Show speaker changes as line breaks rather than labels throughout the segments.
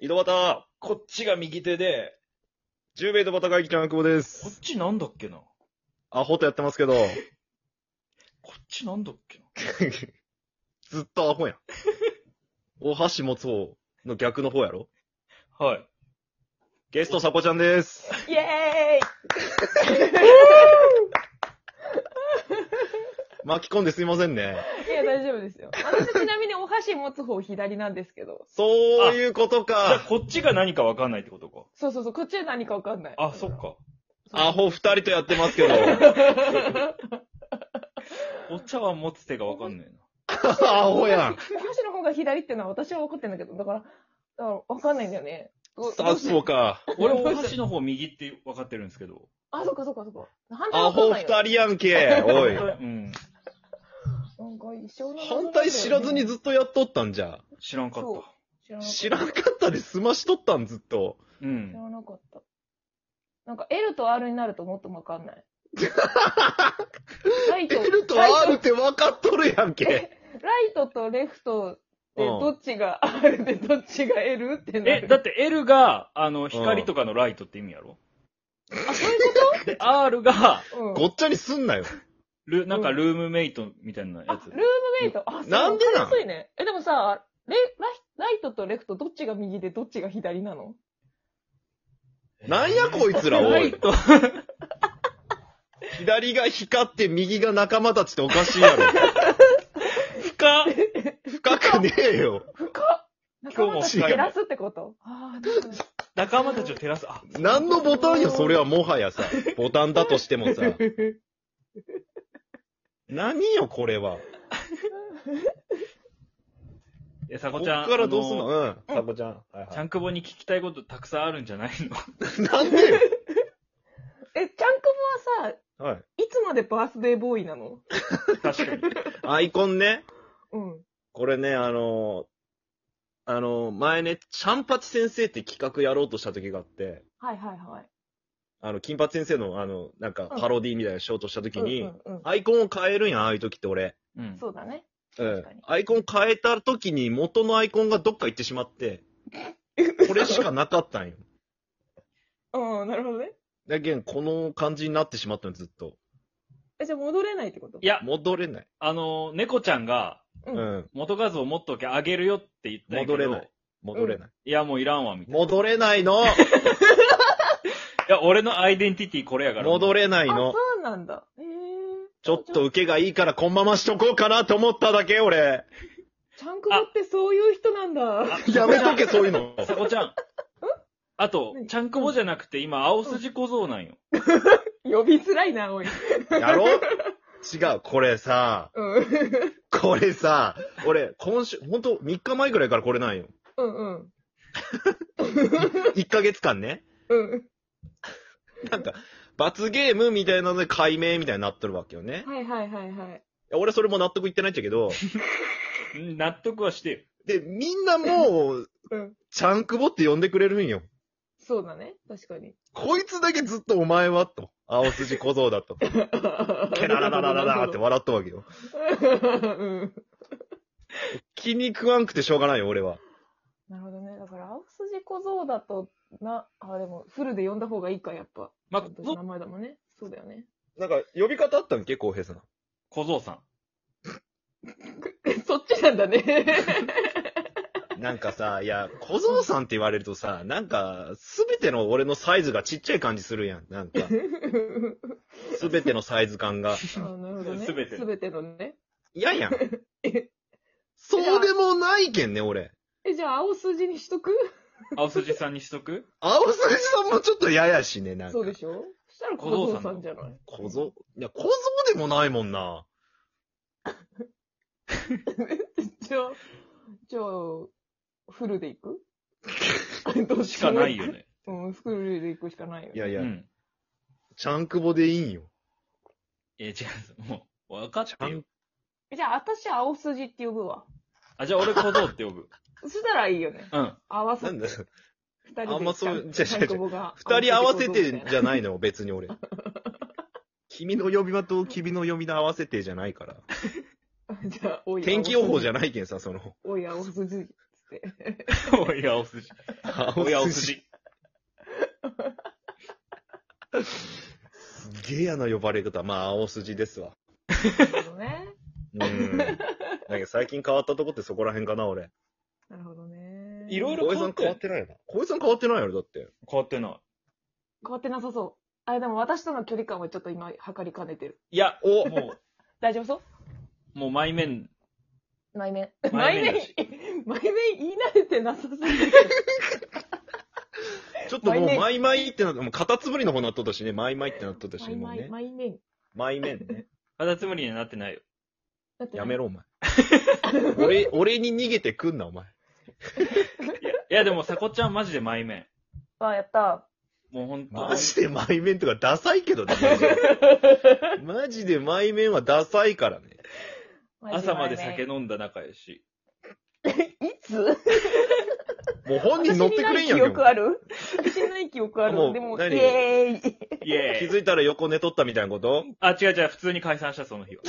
井戸端
こっちが右手で、
10名井戸端会議の久保で
こっ
す。
ちなんだっけな
アホとやってますけど、
こっちなんだっけな
ずっとアホやん。 お箸持つ方の逆の方やろ
はい。
ゲストサコちゃんです。
イエーイ
巻き込んですいませんね。
いや、大丈夫ですよ。私ちなみにお箸持つ方左なんですけど。
そういうこと
じゃあ、
か。
こっちが何かわかんないってことか。
そうそうそう、こっちは何かわかんない。
あ、そっか。
そう
アホ二人とやってますけど、
お茶は持つ手がわかんないな。
アホやん。
お箸の方が左ってのは私は分かってんだけど、だから、だから分かんないんだよね。ど
サウスポーか。
俺、お箸の方右ってわかってるんですけど。
あ、そっかそっかそっか。反対
ア
分かん
ホ
な
二
いよ。
人やんけ。おい。
うん。
なんか一生
反
の謎なんだよね
対知らずにずっとやっとったんじゃ。
知らんかっ
そう知らな
ん
かっ
知らんかったで済ましとったんずっと。
た。う
た。知
ん。
らなかった。なんか L と R になるともっと分か んない。ライト、
L と
ライト
R って分かっとるやんけ。
ライトとレフトって
うん
どっちが R でどっちが L ってな
え、
る。
だって L が、あの、光とかのライトって意味やろ
あ、そういう
で、R が、
こと、うん、
ごっちゃにすんなよ。
ル、なんかルームメイトみたいな
あ、
や
ル
つ
ーム。メイト。あ、そう
なんでなん
わかりやすいね。え、でもさ、レライライトとレフトどっちが右でどっちが左なの
なんやこいつら、お
ラ
い
イ。ト、
左が光って右が仲間たちっておかしい やろ。
深っ
深くねえよ。
仲間たち
今日も
照らすってことああ、なるほど
仲間たちを照らす。あ、
何のボタンよ、それはもはや さ。ボタンだとしてもさ。何よ、これは。
え、さ
こ
こ
っ
ちゃん。
からどうすん
あ
のうん。さこちゃん。はい
ちゃんくぼに聞きたいことたくさんあるんじゃない の
い。 なんでよ。
え、ちゃんくぼはさ、
はい。
いつまでバースデーボーイなの
確かに。
アイコンね。
うん。
これね、あのー、あのー、前ね、ちゃんぱち先生って企画やろうとした時があって、
はいはいはい。
あの、金八先生の、あの、なんか、パロディみたいなのしようとした時に、
うんうんうん
アイコンを変えるんやん、ああいう時って俺。
うん。
そうだね。
うん
確かに。
アイコン変えた時に元のアイコンがどっか行ってしま って、これしかなかったんよ。
うん、なるほどね。
だけど、この感じになってしまったの、ずっと。
え、じゃあ戻れないってこと
いや、
戻れない。
あの、猫ちゃんが
う。
うんん。
元画像持っとけあげるよって言ったんやけど。
戻れない。。戻れない。
いや、もういらんわ、みたいな。い
戻れない の
や、俺のアイデンティティこれやから。
戻
れ。
れない
あ、そ
の。
うなんだ。ええ
ちょっと受けがいいから、こんまましとこうかなと思っただけ、俺。
ちゃんくぼってそういう人なんだ。
やめとけ、そういうの。
さこちゃん。あと
何、
ちゃんくぼじゃなくて今、青筋小僧なんよ。
呼びづらいな、おい。
やろ違う、これさ、
うん。
これさ、俺、今週、ほんと、3日前ぐらいからこれなんよ。
うんうん。
1ヶ月間ね。
うん。
なんか、罰ゲームみたいなので解明みたいになっとるわけよね。
はいはいはいはい。
いや俺それも納得いってないっちゃけ ど、
うん納得はしてよ。
で、みんなもう、
うん。
ちゃんくぼって呼んでくれるんよ。
そうだね。確かに。
こいつだけずっとお前はと。青筋小僧だと。 ケララララララって笑ったわけよ。
うん。
気に食わんくてしょうがないよ、俺は。
なるほどね。だから、青筋小僧だと、な、あ、でも、フルで呼んだ方がいいか、やっぱ。
まあ、
ちゃんと
小
名前だもんね。そうだよね。
なんか、呼び方あったんけ浩平さん。
小僧さん。
そっちなんだね。
なんかさ、いや、小僧さんって言われるとさ、なんか、すべての俺のサイズがちっちゃい感じするやん。なんか、すべてのサイズ感が。
あなるほどね。
すべて
すべてのね。
嫌 やん。そうでもないけんね、俺。
え、じゃあ、青筋にしとく
青筋さんにしとく
青筋さんもちょっと嫌やしね、なんか。
そうでしょそしたら小僧さんじゃない
小僧、いや、小僧でもないもんな。
じゃあ、じゃあ、フルで行くど う
し
しよ
か
う
ないよ。ね。
うん、フルで行くしかないよ。
いやいうや、
ん。
ちゃんくぼでいいんよ。
え、違う。もう、分かってよ。
じゃあ、私、青筋って呼ぶわ。
あ、じゃあ俺小僧って呼ぶ。
そしたらいいよね。
うん。
合わ
な
せて
んだ
二人で。
あんまそう
ちゃん
違う違う違う
ちゃんこが
二人合わせ
み
て
た
じ
いな
ゃないの、別に俺。君の呼び名と君の呼び名合わせてじゃないから。
じゃあ、おい。
天気予報じ
ゃ
ゃないけんさ、その、
おい、青筋。って。
おいや、お筋。おや、お筋。
すげえやな呼ばれ方。まあ、青筋ですわ。
なるほどね。
うん。だけど最近変わったとこってそこら辺かな、俺。
なるほどね。
いろいろ
小江さん変わってないよな。小江さん変わってないよ、だって。
変わってない。
変わってなさそう。あ、でも私との距離感はちょっと今測りかねてる。
いや、
お
も
大丈夫そう
う、もう、前面。
う内面。
内
内
面
面
だし、
内面言い慣れてなさすぎる。
ちょっともう、
毎年
マイマイってなって、もうカタツムリの方なっとったしね、マイマイってなっとったしね、もう
内面、
ね。
内面。
マイメンね。
カタツムリにはなってないよ。
だって
やめ。ろ、 お前。俺、俺に逃げてくんな、お前。
いや、いやでも、さこちゃんマジで前面。
あ、やった。
もうほんと。
マジでマイメンとかダサいけど ね。マジでマイメンはダサいからね。
朝まで酒飲んだ仲やし。
いつ
もう本人乗ってくれんやん
私
け。
にない記憶ある私にない記憶あ
もう
る。でも、イ
何
エーイ。
イ
気
エーイ。
づいたら横寝とったみたいなこと
あ、違う違う、普通に解散した、その日は。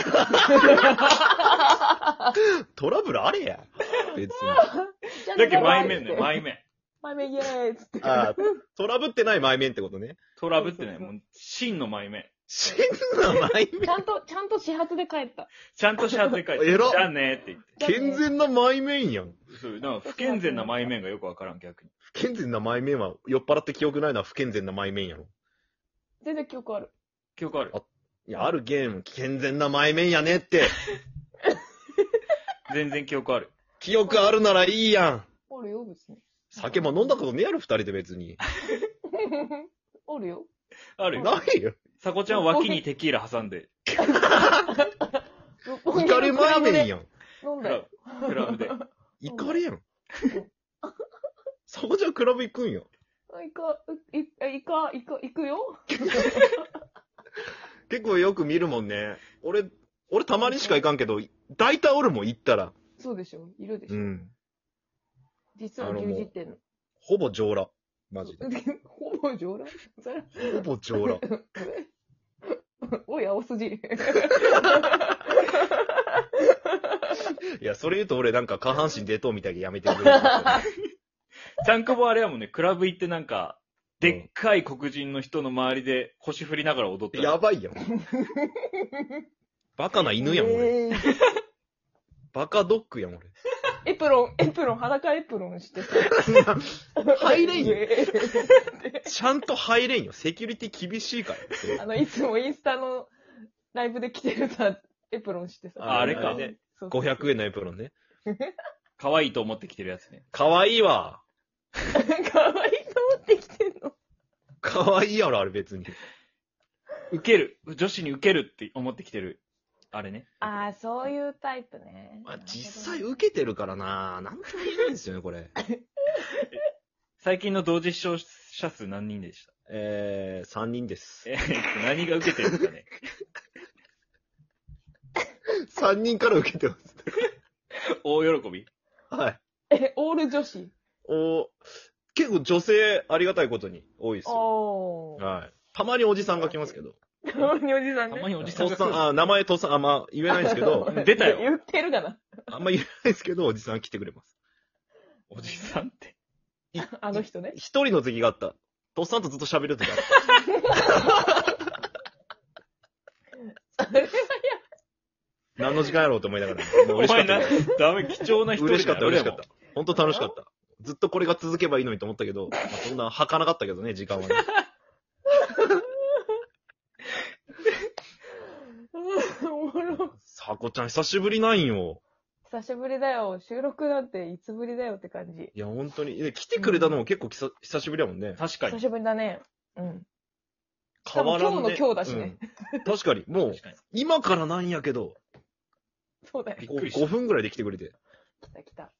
トラブルあれや。別に。
じゃあ
だっけ、
バイ
前
バイ
面だよ、前面。
前面イエーイっつって。
ああ、トラブってない前面ってことね。
トラブってない。もう、真の前面。
死ぬな前
ち
面。
ゃんと、ちゃんと始発で帰った。
ちゃんとシャーツで書いて。
偉っ
じゃあねーって言って。
健全な前面やん。
そう、なんか不健全な前面がよくわからん、逆に。
不健全な前面は、酔っ払って記憶ないのは不健全な前面やろ。
全然記憶ある。
記憶ある
あ。いや、あるゲーム、健全な前面やねって。
全然記憶ある。
記憶あるならいいやん。
あるよ、別に。
酒も飲んだことねえやろ、二人で別に。
ある よ。
あるよ。
ないよ。
さこちゃん脇にテキーラ挟んで、
六本木
怒り
のクラ
前
ブ
面
で
やん。
飲ん
ク
だ
ラ
よ。
ブクラブで。
怒りやん。そこじゃクラブ行くんよ。
あ行か、いいか、行か、行くよ。
結構よく見るもんね。俺、俺たまにしか行かんけど、大体俺も行ったら。
そうでしょいるでし
う
ょ
ん。
実は牛耳ってんの。
ほぼ上羅。マ ジで。
ほぼ上来それ
ほぼ上羅。
おい、青筋。
いや、それ言うと俺なんか下半身出とうみたいでやめてくれる。
ちゃんくぼあれやもんね、クラブ行ってなんか、でっかい黒人の人の周りで腰振りながら踊って
やばいやん。バカな犬やん、俺。
えー
バカドッグやん、俺。
エプロン、エプロン、裸エプロンしてた。
入れんよ
えー
ちゃんと入れんよ。セキュリティ厳しいから。
あの、いつもインスタのライブで着てるさ、エプロンしてさ。
ああれか
ね。そうそう
500円のエプロンね。
可愛いと思ってきてるやつね。
かわいいわ。
かわいいと思ってきてんの。
かわいいやろ、あれ別に。
受ける。女子に受けるって思ってきてる。あれね。
ああ、そういうタイプ ね。
まあ、実際受けてるからな。なんとも言えないんですよね、これ。
最近の同時視聴者数何人でした
えー、3人です。
えー何が受けてるんで すかね。
3人から受けてます。
大喜び
はい。
え、オール女子。
お結構女性、ありがたいことに多いですよ。
おー。
はい。たまにおじさんが来ますけど。
たまにおじさん
た
ね。
まにおじさ
と
ん
っ
が
さ
来る。
ん、あ、名前とっさん、あんま言えないんですけ ど、
出たよ。
言ってるかな。
あんま言えないですけど、おじさん来てくれます。
おじさんって。
あの人ね。
一人の時があった。とっさんとずっと喋る時があっ
それ
た。
は
何の時間やろうと思いながら、もう
お
嬉しか
前
った
な
よ。、
ダメ、貴重な人
嬉しかった、嬉しかった。。本当楽しかった。ずっとこれが続けばいいのにと思ったけど、まあ、そんな吐かなかったけどね、時間はね。
うんおもろ。
さこちゃん久しぶりなんよ。
久しぶりだよ。収録なんていつぶりだよって感じ。
いや、本当に。え来てくれたのも結構久久しぶりだもんね。
確か
久
に。
しぶりだね。うん。
変わらん、ね。
多分今日の今日だしね
うん確かに、もう
確、かに。
今からなんやけど、
そうだよ。
びっ
こう
くりした
5分ぐらいで来てくれて。
来た来た。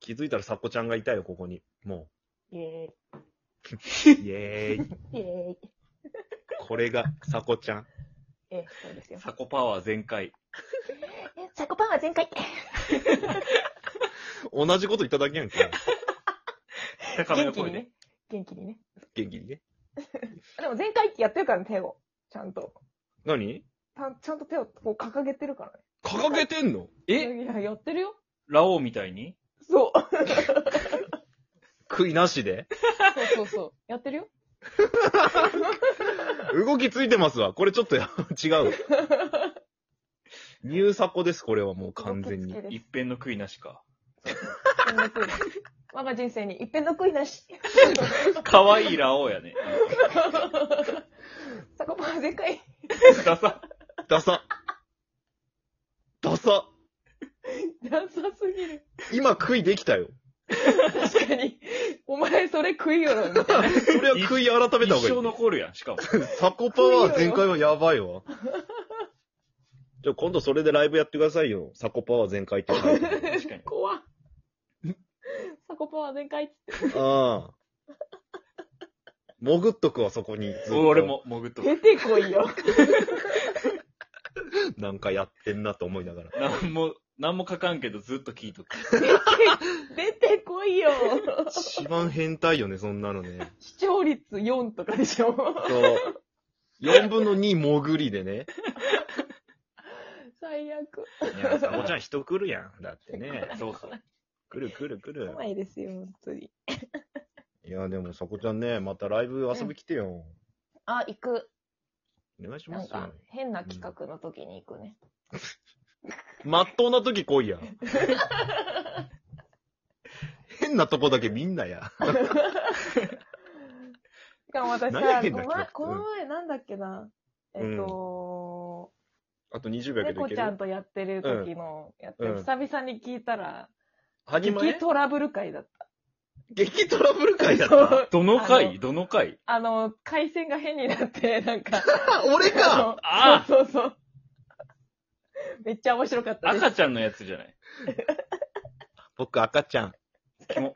気づいたらさこちゃんがいたよ、ここに。も
イェ
う。イエーイ。
ーイ。イェーイ。
これが、さこちゃん。
え、そうですよ。
サコパワー全開。
えサコパンは全開。
同じこと言っただけやんけ。
高め
元
の
気
声
に
で。
ね。元気にね。
元気にね。
でも全開ってやってるからね、手を。ちゃんと。
何
たちゃんと手をこう掲げてるからね。
掲げてんの
え
いや、やってるよ。
ラオウみたいに
そう。
悔いなしで
そうそうそう。やってるよ。
動きついてますわ。これちょっとや 違う。ニューサコです、これはもう完全に。
一遍の悔いなしか。
一片の悔いなし我が人生に一遍の悔いなし。
可愛いラオ ウやね。
サコパーでかい。
ダサ。
ダサ。ダサ。
ダサすぎる。
今悔いできたよ。
確かに。お前それ食いよな。
それは悔い改めた方が
一生
いい。
残るやん、しかも。
サコパワー全開はやばいわ。じゃあ今度それでライブやってくださいよ。サコパワー全開って書いてある。
確かに。
怖っサコパワー全開っつって。
ああ。潜っとくわ、そこに。ずっと
俺。も潜っとく。
出てこいよ。
なんかやってんなと思いながら。
なんも、なんも書かんけどずっと聞いとく。
出てこいよ。
一番変態よね、そんなのね。
視聴率4とかでしょ。
そう。4分の2潜りでね。
最悪。
いや、サコちゃん人来るやん。だってね。
そうそう。
来る来る来る
う。まいですよ、本当に。
いや、でもサコちゃんね、またライブ遊び来てよ。
あ、行く。
お願いし
な
ま
ん
すよ
か。、変な企画の時に行くね。
まっとうな時来いや。変なとこだけみんなや。
しかも私
何や
さ、
変
こ
な企
の前
画、
この前なんだっけな。えっと、
あと20秒やけど
猫
いけ
ちゃ
る
んとやってる時のやって、
うん
久々に聞いたら、
始まり
激トラブル会だっ
激トラブル会だ
た。
った。
どの
あ
回
の
どの回
あの、回線が変になって、なんか。
あ俺か
あ
のそうそうそう。めっちゃ面白かったです。
赤ちゃんのやつじゃない
僕赤ちゃん。
キモ